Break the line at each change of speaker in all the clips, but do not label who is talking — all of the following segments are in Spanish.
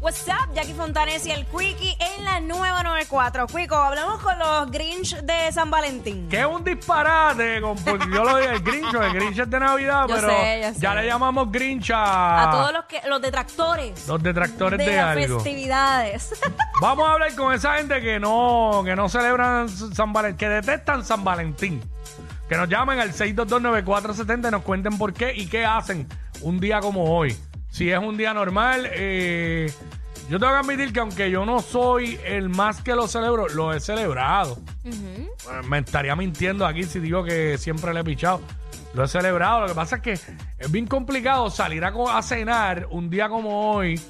What's up, Jackie Fontanes y el Quickie en la nueva 94. Quico, hablamos con los Grinch de San Valentín.
Que es un disparate, con- porque yo lo dije, el Grinch, el Grinch es de Navidad,
Yo
pero
sé, yo sé.
ya le llamamos Grinch a,
A todos los que los detractores
los Ah. detractores de,
de las
algo.
festividades.
Vamos a hablar con esa gente que no, que no celebran San Valentín, que detestan San Valentín. Que nos llamen al 6229470 y nos cuenten por qué y qué hacen un día como hoy. Si es un día normal, eh, yo tengo que admitir que aunque yo no soy el más que lo celebro, lo he celebrado. Bueno, Me estaría mintiendo aquí si digo que siempre le he pichado. Lo he celebrado. Lo que pasa es que es bien complicado salir a, co- a cenar un día como hoy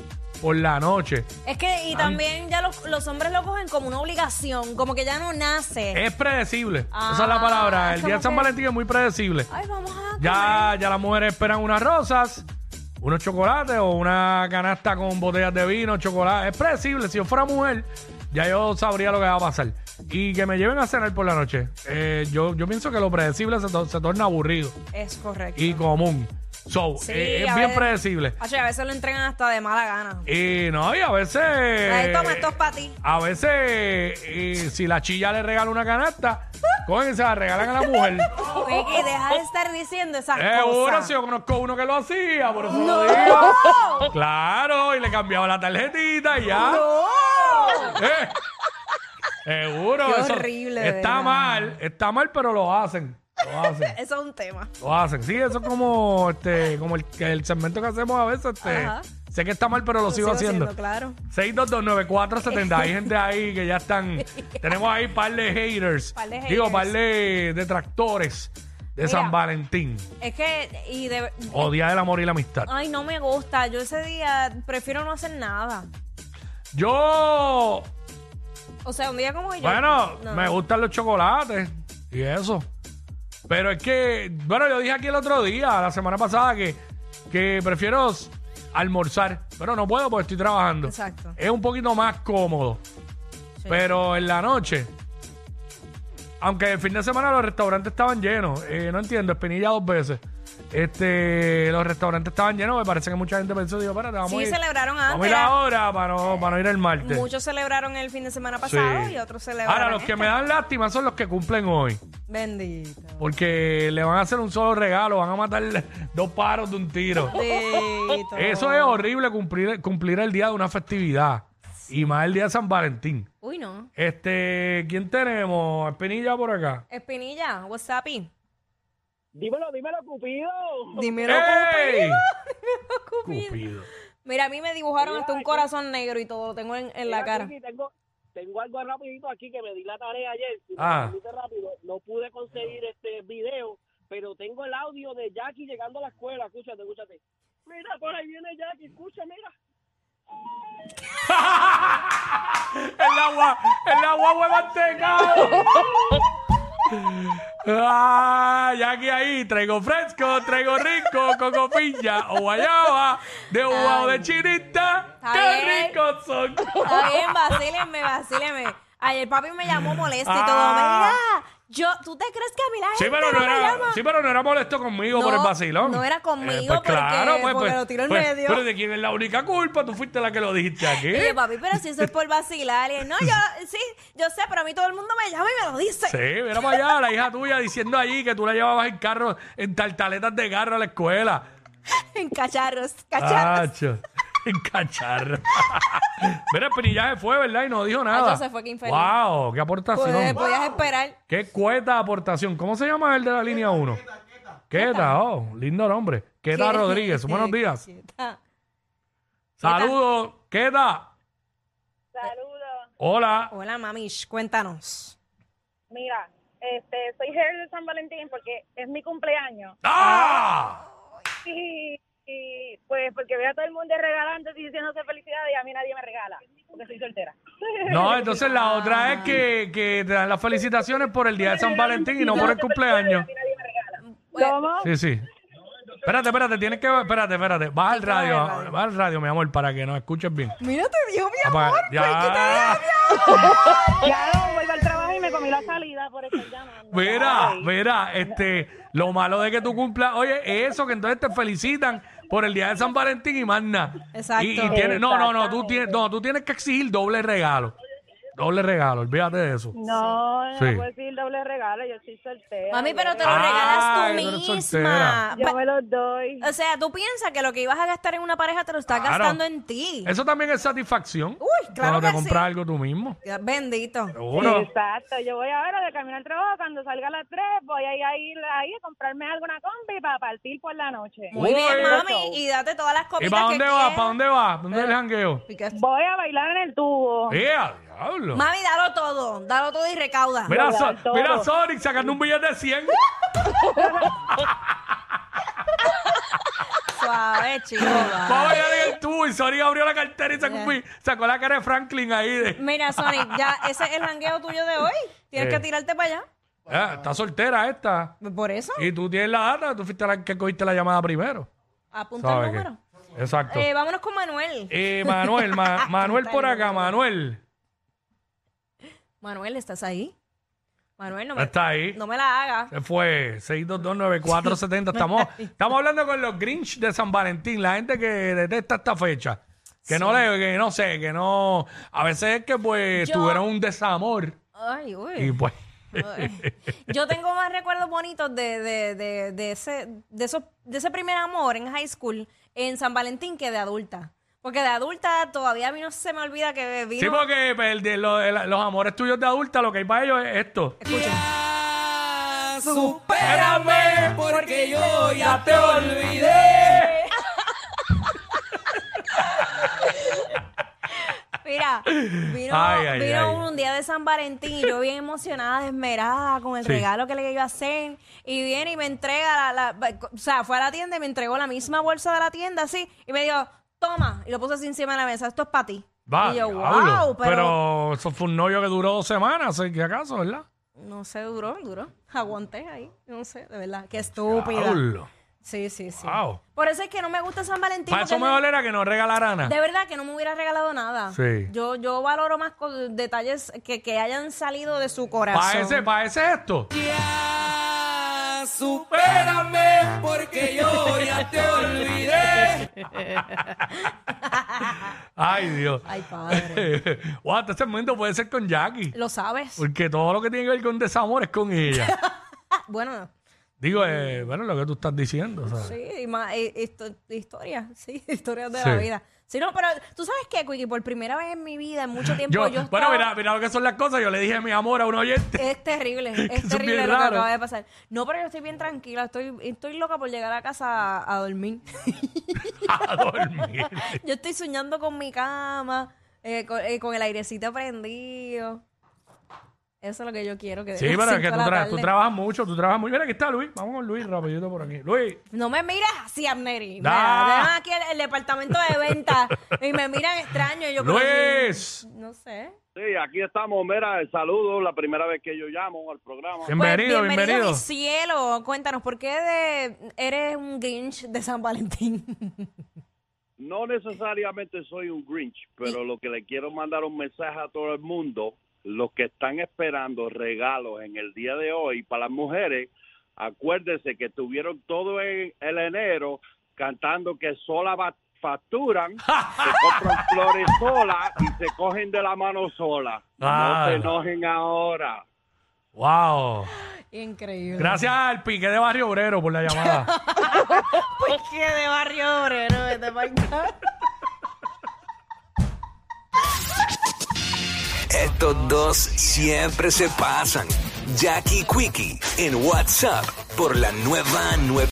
por la noche.
es que, y también ya los, los hombres lo cogen como una obligación, como que ya no nace.
Es predecible.
Ah,
Esa es la palabra.
es
El día
como
de San
que-
Valentín es muy predecible.
Ay, vamos a comer.
Ya, ya las mujeres esperan unas rosas, unos chocolates o una canasta con botellas de vino, chocolate. Es predecible. Si yo fuera mujer, ya yo sabría lo que va a pasar. Y que me lleven a cenar por la noche. Eh, yo, yo pienso que lo predecible se, to- se torna aburrido
Es correcto.
y común. So,
Sí,
eh,
a
es bien
ver-
predecible.
Acho, y a veces lo entregan hasta de mala gana.
Y no, y a veces.
Ay, toma, esto es para ti.
A veces, eh, si la chilla le regala una canasta, cogen y se la regalan a la mujer.
Quique, deja de estar diciendo esas
Seguro,
cosas. ¡Oh!
si yo conozco uno que lo hacía, por eso lo digo. Claro, y le cambiaba la tarjetita y ya.
¡Oh!
Eh, seguro.
Qué
eso
horrible, de
Está
verdad.
mal, está mal, pero lo hacen. Lo hacen.
Eso es un tema.
Lo hacen. Sí, eso es como, este, como el, que el segmento que hacemos a veces. este,
Ajá.
sé que está mal, pero lo, sigo, haciendo.
claro.
6229470. Hay gente ahí que ya están. Tenemos ahí par de haters.
Par de
Digo,
haters.
par de detractores de
Mira.
San Valentín.
Es que, y de,
O Día del Amor y la Amistad.
Ay, no me gusta. Yo ese día prefiero no hacer nada.
Yo.
O sea, un día como yo.
Bueno,
no.
me gustan los chocolates y eso. Pero es que, bueno, yo dije aquí el otro día, la semana pasada, que, que prefiero s- almorzar, pero no puedo porque estoy trabajando.
Exacto.
Es un poquito más cómodo. Pero en la noche, aunque el fin de semana los restaurantes estaban llenos, eh, no entiendo, espinilla dos veces. Este, los restaurantes estaban llenos, me parece que mucha gente pensó, digo, espérate, vamos
Sí,
a ir.
celebraron
Vamos a
antes.
ir ahora para no, para no ir el martes.
Muchos celebraron el fin de semana
Sí.
pasado y otros celebraron.
Ahora, los que
este.
me dan lástima son los que cumplen hoy.
Bendito.
Porque le van a hacer un solo regalo, van a matar dos paros de un tiro.
Bendito.
Eso es horrible cumplir, cumplir el día de una festividad. Y más el día de San Valentín.
Uy, no.
Este, ¿quién tenemos? Espinilla por acá.
Espinilla, what's up? y?
Dímelo, dímelo, Cupido.
Dímelo,
¡Ey!
Cupido.
Cupido.
Mira, a mí me dibujaron hasta un corazón negro y todo. Lo tengo en, en la
Mira,
cara.
Cuqui, tengo, tengo algo rapidito aquí que me di la tarea ayer. Si me
Ah.
permite rápido, no pude conseguir este video, pero tengo el audio de Jackie llegando a la escuela. Escúchate, escúchate. Mira, por ahí viene Jackie. Escucha, mira.
El agua, el agua hueva mantecado. Ah, ya que ahí traigo fresco, traigo rico, coco piña o guayaba, de uva o de chinita,
Está bien.
qué ricos son.
Está bien, vacílenme, vacílenme. Ayer papi me llamó molesto y todo. Mira,
Ah.
yo, ¿tú te crees que a mí la gente
Sí, pero no
me
era,
llama?
sí, pero no era molesto conmigo
No,
por el vacilón. Eh,
no era conmigo porque- porque lo tiró en
pues,
medio.
Pero de quién es la única culpa, tú fuiste la que lo dijiste aquí.
Y yo, papi, pero si eso es por vacilar. Y él, no, yo, sí, yo sé, pero a mí todo el mundo me llama y me lo dice.
Sí, mira para allá, la hija tuya diciendo allí que tú la llevabas en carro, en tartaletas de carro a la escuela.
En cacharros,
Ah,
cacharros.
Cacho. En cacharro. Mira, el pinillaje fue, ¿verdad? Y no dijo nada.
yo se fue, qué infeliz.
Wow, qué aportación.
Pues, podías esperar.
Qué cueta de aportación. ¿Cómo se llama el de la línea 1? Queta, oh, lindo nombre. Queta Rodríguez. Buenos días.
Quieta.
Saludos, Queta.
Saludos.
Hola.
Hola, mamish, cuéntanos.
Mira, este, soy Hair de San Valentín porque es mi cumpleaños.
¡Ah!
Y, y, pues porque veo a todo el mundo regalando y diciéndose felicidades y a mí nadie me regala porque soy soltera.
No, entonces la otra es que, que te dan las felicitaciones por el día de San Valentín y no por el cumpleaños.
A mí nadie me regala.
Bueno.
¿Cómo?
Sí, sí. Espérate, espérate, tienes que. Espérate, espérate. Baja el radio, baja el radio, mi amor, para que nos escuches bien.
Mira, te dijo mi
Apaga-
amor.
ya.
pues, ¿qué te dijo, mi amor?
Ya no, vuelvo al trabajo y me comí la salida por estar llamando.
Mira,
Ay.
mira, este, lo malo de que tú cumplas, oye, es eso que entonces te felicitan por el día de San Valentín y más nada.
Exacto.
Y, y tienes- no, no, no, tú tienes, no, tú tienes que exigir doble regalo. Doble regalo, olvídate de eso.
No, no
Sí.
puedo decir doble regalo, yo soy soltera.
Mami, pero te lo
Ah, tú
regalas
eres
tú
soltera.
misma.
Yo me los doy.
O sea, tú piensas que lo que ibas a gastar en una pareja te lo estás
Claro.
gastando en ti.
Eso también es satisfacción.
Uy, claro
Cuando te
que
compras
sí.
algo tú mismo.
Bendito.
Seguro.
Exacto, yo voy ahora de camino al trabajo, cuando salga a las 3 voy a ir ahí, ahí a comprarme alguna combi para partir por la noche.
Muy
Muy
bien.
bien, mami. Y date todas las
¿Y
copitas
para
que
dónde vas?
quieras.
¿Para dónde vas? ¿Dónde es el jangueo?
Y que-
Voy a bailar en el tubo.
¡Eh, a diablo!
Mami, dalo todo. Dalo todo y recauda.
Mira,
Yo
So-
voy al toro.
mira Sonic sacando un billete de 100.
Suave, chico. va.
Va a bailar en el tubo y Sonic abrió la cartera y sacó, un bill- sacó la cara de Franklin ahí. De,
Mira, Sonic, ya ese es el rangueo tuyo de hoy. Tienes
Eh.
que tirarte para allá.
Ah, está soltera esta.
Por eso,
Y tú tienes la data, tú fuiste la que cogiste la llamada primero.
apunta el
¿Sabes qué?
número.
Exacto.
Eh, vámonos con Manuel.
Eh, Manuel, Ma- Manuel por acá, Manuel.
Manuel, ¿estás ahí? Manuel, no
No
me,
Está ahí.
no me la hagas.
Se fue 6229470. Estamos, estamos hablando con los Grinch de San Valentín, la gente que detesta esta fecha. Que no le, que no sé, que no. A veces es que pues
Yo-
tuvieron un desamor
Ay, uy.
y pues.
Ay. Yo tengo más recuerdos bonitos de, de, de, de ese, de, esos- de ese primer amor en high school, en San Valentín, que de adulta. Porque de adulta todavía a mí no se me olvida que vino...
Sí, porque pues, el de lo- el- los amores tuyos de adulta, lo que hay para ellos es esto.
Escucha.
Espérame, porque yo ya te olvidé.
Mira, vino,
Ay, ay,
vino
ay.
un día de San Valentín y yo bien emocionada, desmerada con el
Sí.
regalo que le iba a hacer. Y viene y me entrega, la, la- o sea, fue a la tienda y me entregó la misma bolsa de la tienda, así. Y me dijo, toma, y lo puse así encima de la mesa, esto es para ti.
Va,
y yo,
diablo.
wow,
pero...
pero
eso fue un novio que duró dos semanas, ¿eh? ¿qué acaso, verdad?
No sé, duró, duró. Aguanté ahí. No sé, de verdad. Qué estúpida.
Diablo.
Sí, sí, sí.
Wow.
Por eso es que no me gusta San Valentín.
Para
porque
eso me
es-
dolera que no regalaran nada.
De verdad que no me hubiera regalado nada.
Sí.
Yo, yo valoro más co- detalles que, que hayan salido de su corazón.
Para ese, pa' ese es esto.
Supérame porque yo ya te olvidé.
Ay, Dios.
Ay, padre.
wow, este segmento puede ser con Jackie.
Lo sabes.
Porque todo lo que tiene que ver con desamor es con ella.
Ah, bueno,
Digo, eh, bueno, lo que tú estás diciendo, ¿sabes?
sí, y más, eh, histo- historias, sí, historias de la
Sí.
vida. Sí, no, pero tú sabes qué, Quickie, por primera vez en mi vida, en mucho tiempo,
Yo,
pues, yo,
bueno,
estaba-
mira, mira lo que son las cosas. Yo le dije mi amor a un oyente.
Es terrible,
Eso
es
es
terrible
bien
lo que
raro.
acaba de pasar. No, pero yo estoy bien tranquila, estoy, estoy loca por llegar a casa a, a dormir.
A dormir.
yo estoy soñando con mi cama, eh, con, eh, con el airecito prendido. Eso es lo que yo quiero que a
Sí,
las
pero es
cinco
que
de
tú,
la
tra- tú
tarde.
trabajas mucho, tú trabajas mucho. Mira, aquí está Luis. Vamos con Luis rapidito por aquí. Luis.
No me miras así, Abneri. Mira,
Da.
dejan aquí el, el departamento de venta y me miran extraño. y Yo pero
Luis.
sí, No sé.
Sí, aquí estamos, mira, el saludo, la primera vez que yo llamo al programa.
Bienvenido,
Pues,
bienvenido.
mi cielo. Cuéntanos, ¿por qué de- eres un Grinch de San Valentín?
No necesariamente soy un Grinch, pero lo que le quiero mandar un mensaje a todo el mundo, los que están esperando regalos en el día de hoy para las mujeres, acuérdense que tuvieron todo en el enero cantando que sola va- facturan, se compran flores sola y se cogen de la mano sola. No
Ah.
se enojen ahora.
Wow.
Increíble.
Gracias al pique de Barrio Obrero por la llamada.
Pues que de barrio obrero, vete pa' acá.
Estos dos siempre se pasan. Jackie Quickie en WhatsApp por la nueva nueva.